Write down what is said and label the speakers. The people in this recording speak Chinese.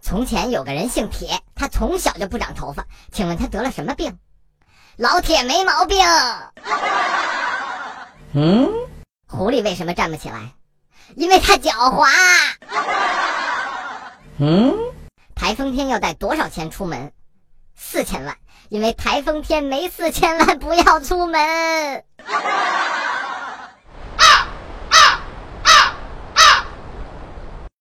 Speaker 1: 从前有个人姓铁，他从小就不长头发，请问他得了什么病？老铁没毛病。
Speaker 2: 嗯，
Speaker 1: 狐狸为什么站不起来？因为它狡猾。
Speaker 2: 嗯，
Speaker 1: 台风天要带多少钱出门？四千万，因为台风天没四千万不要出门。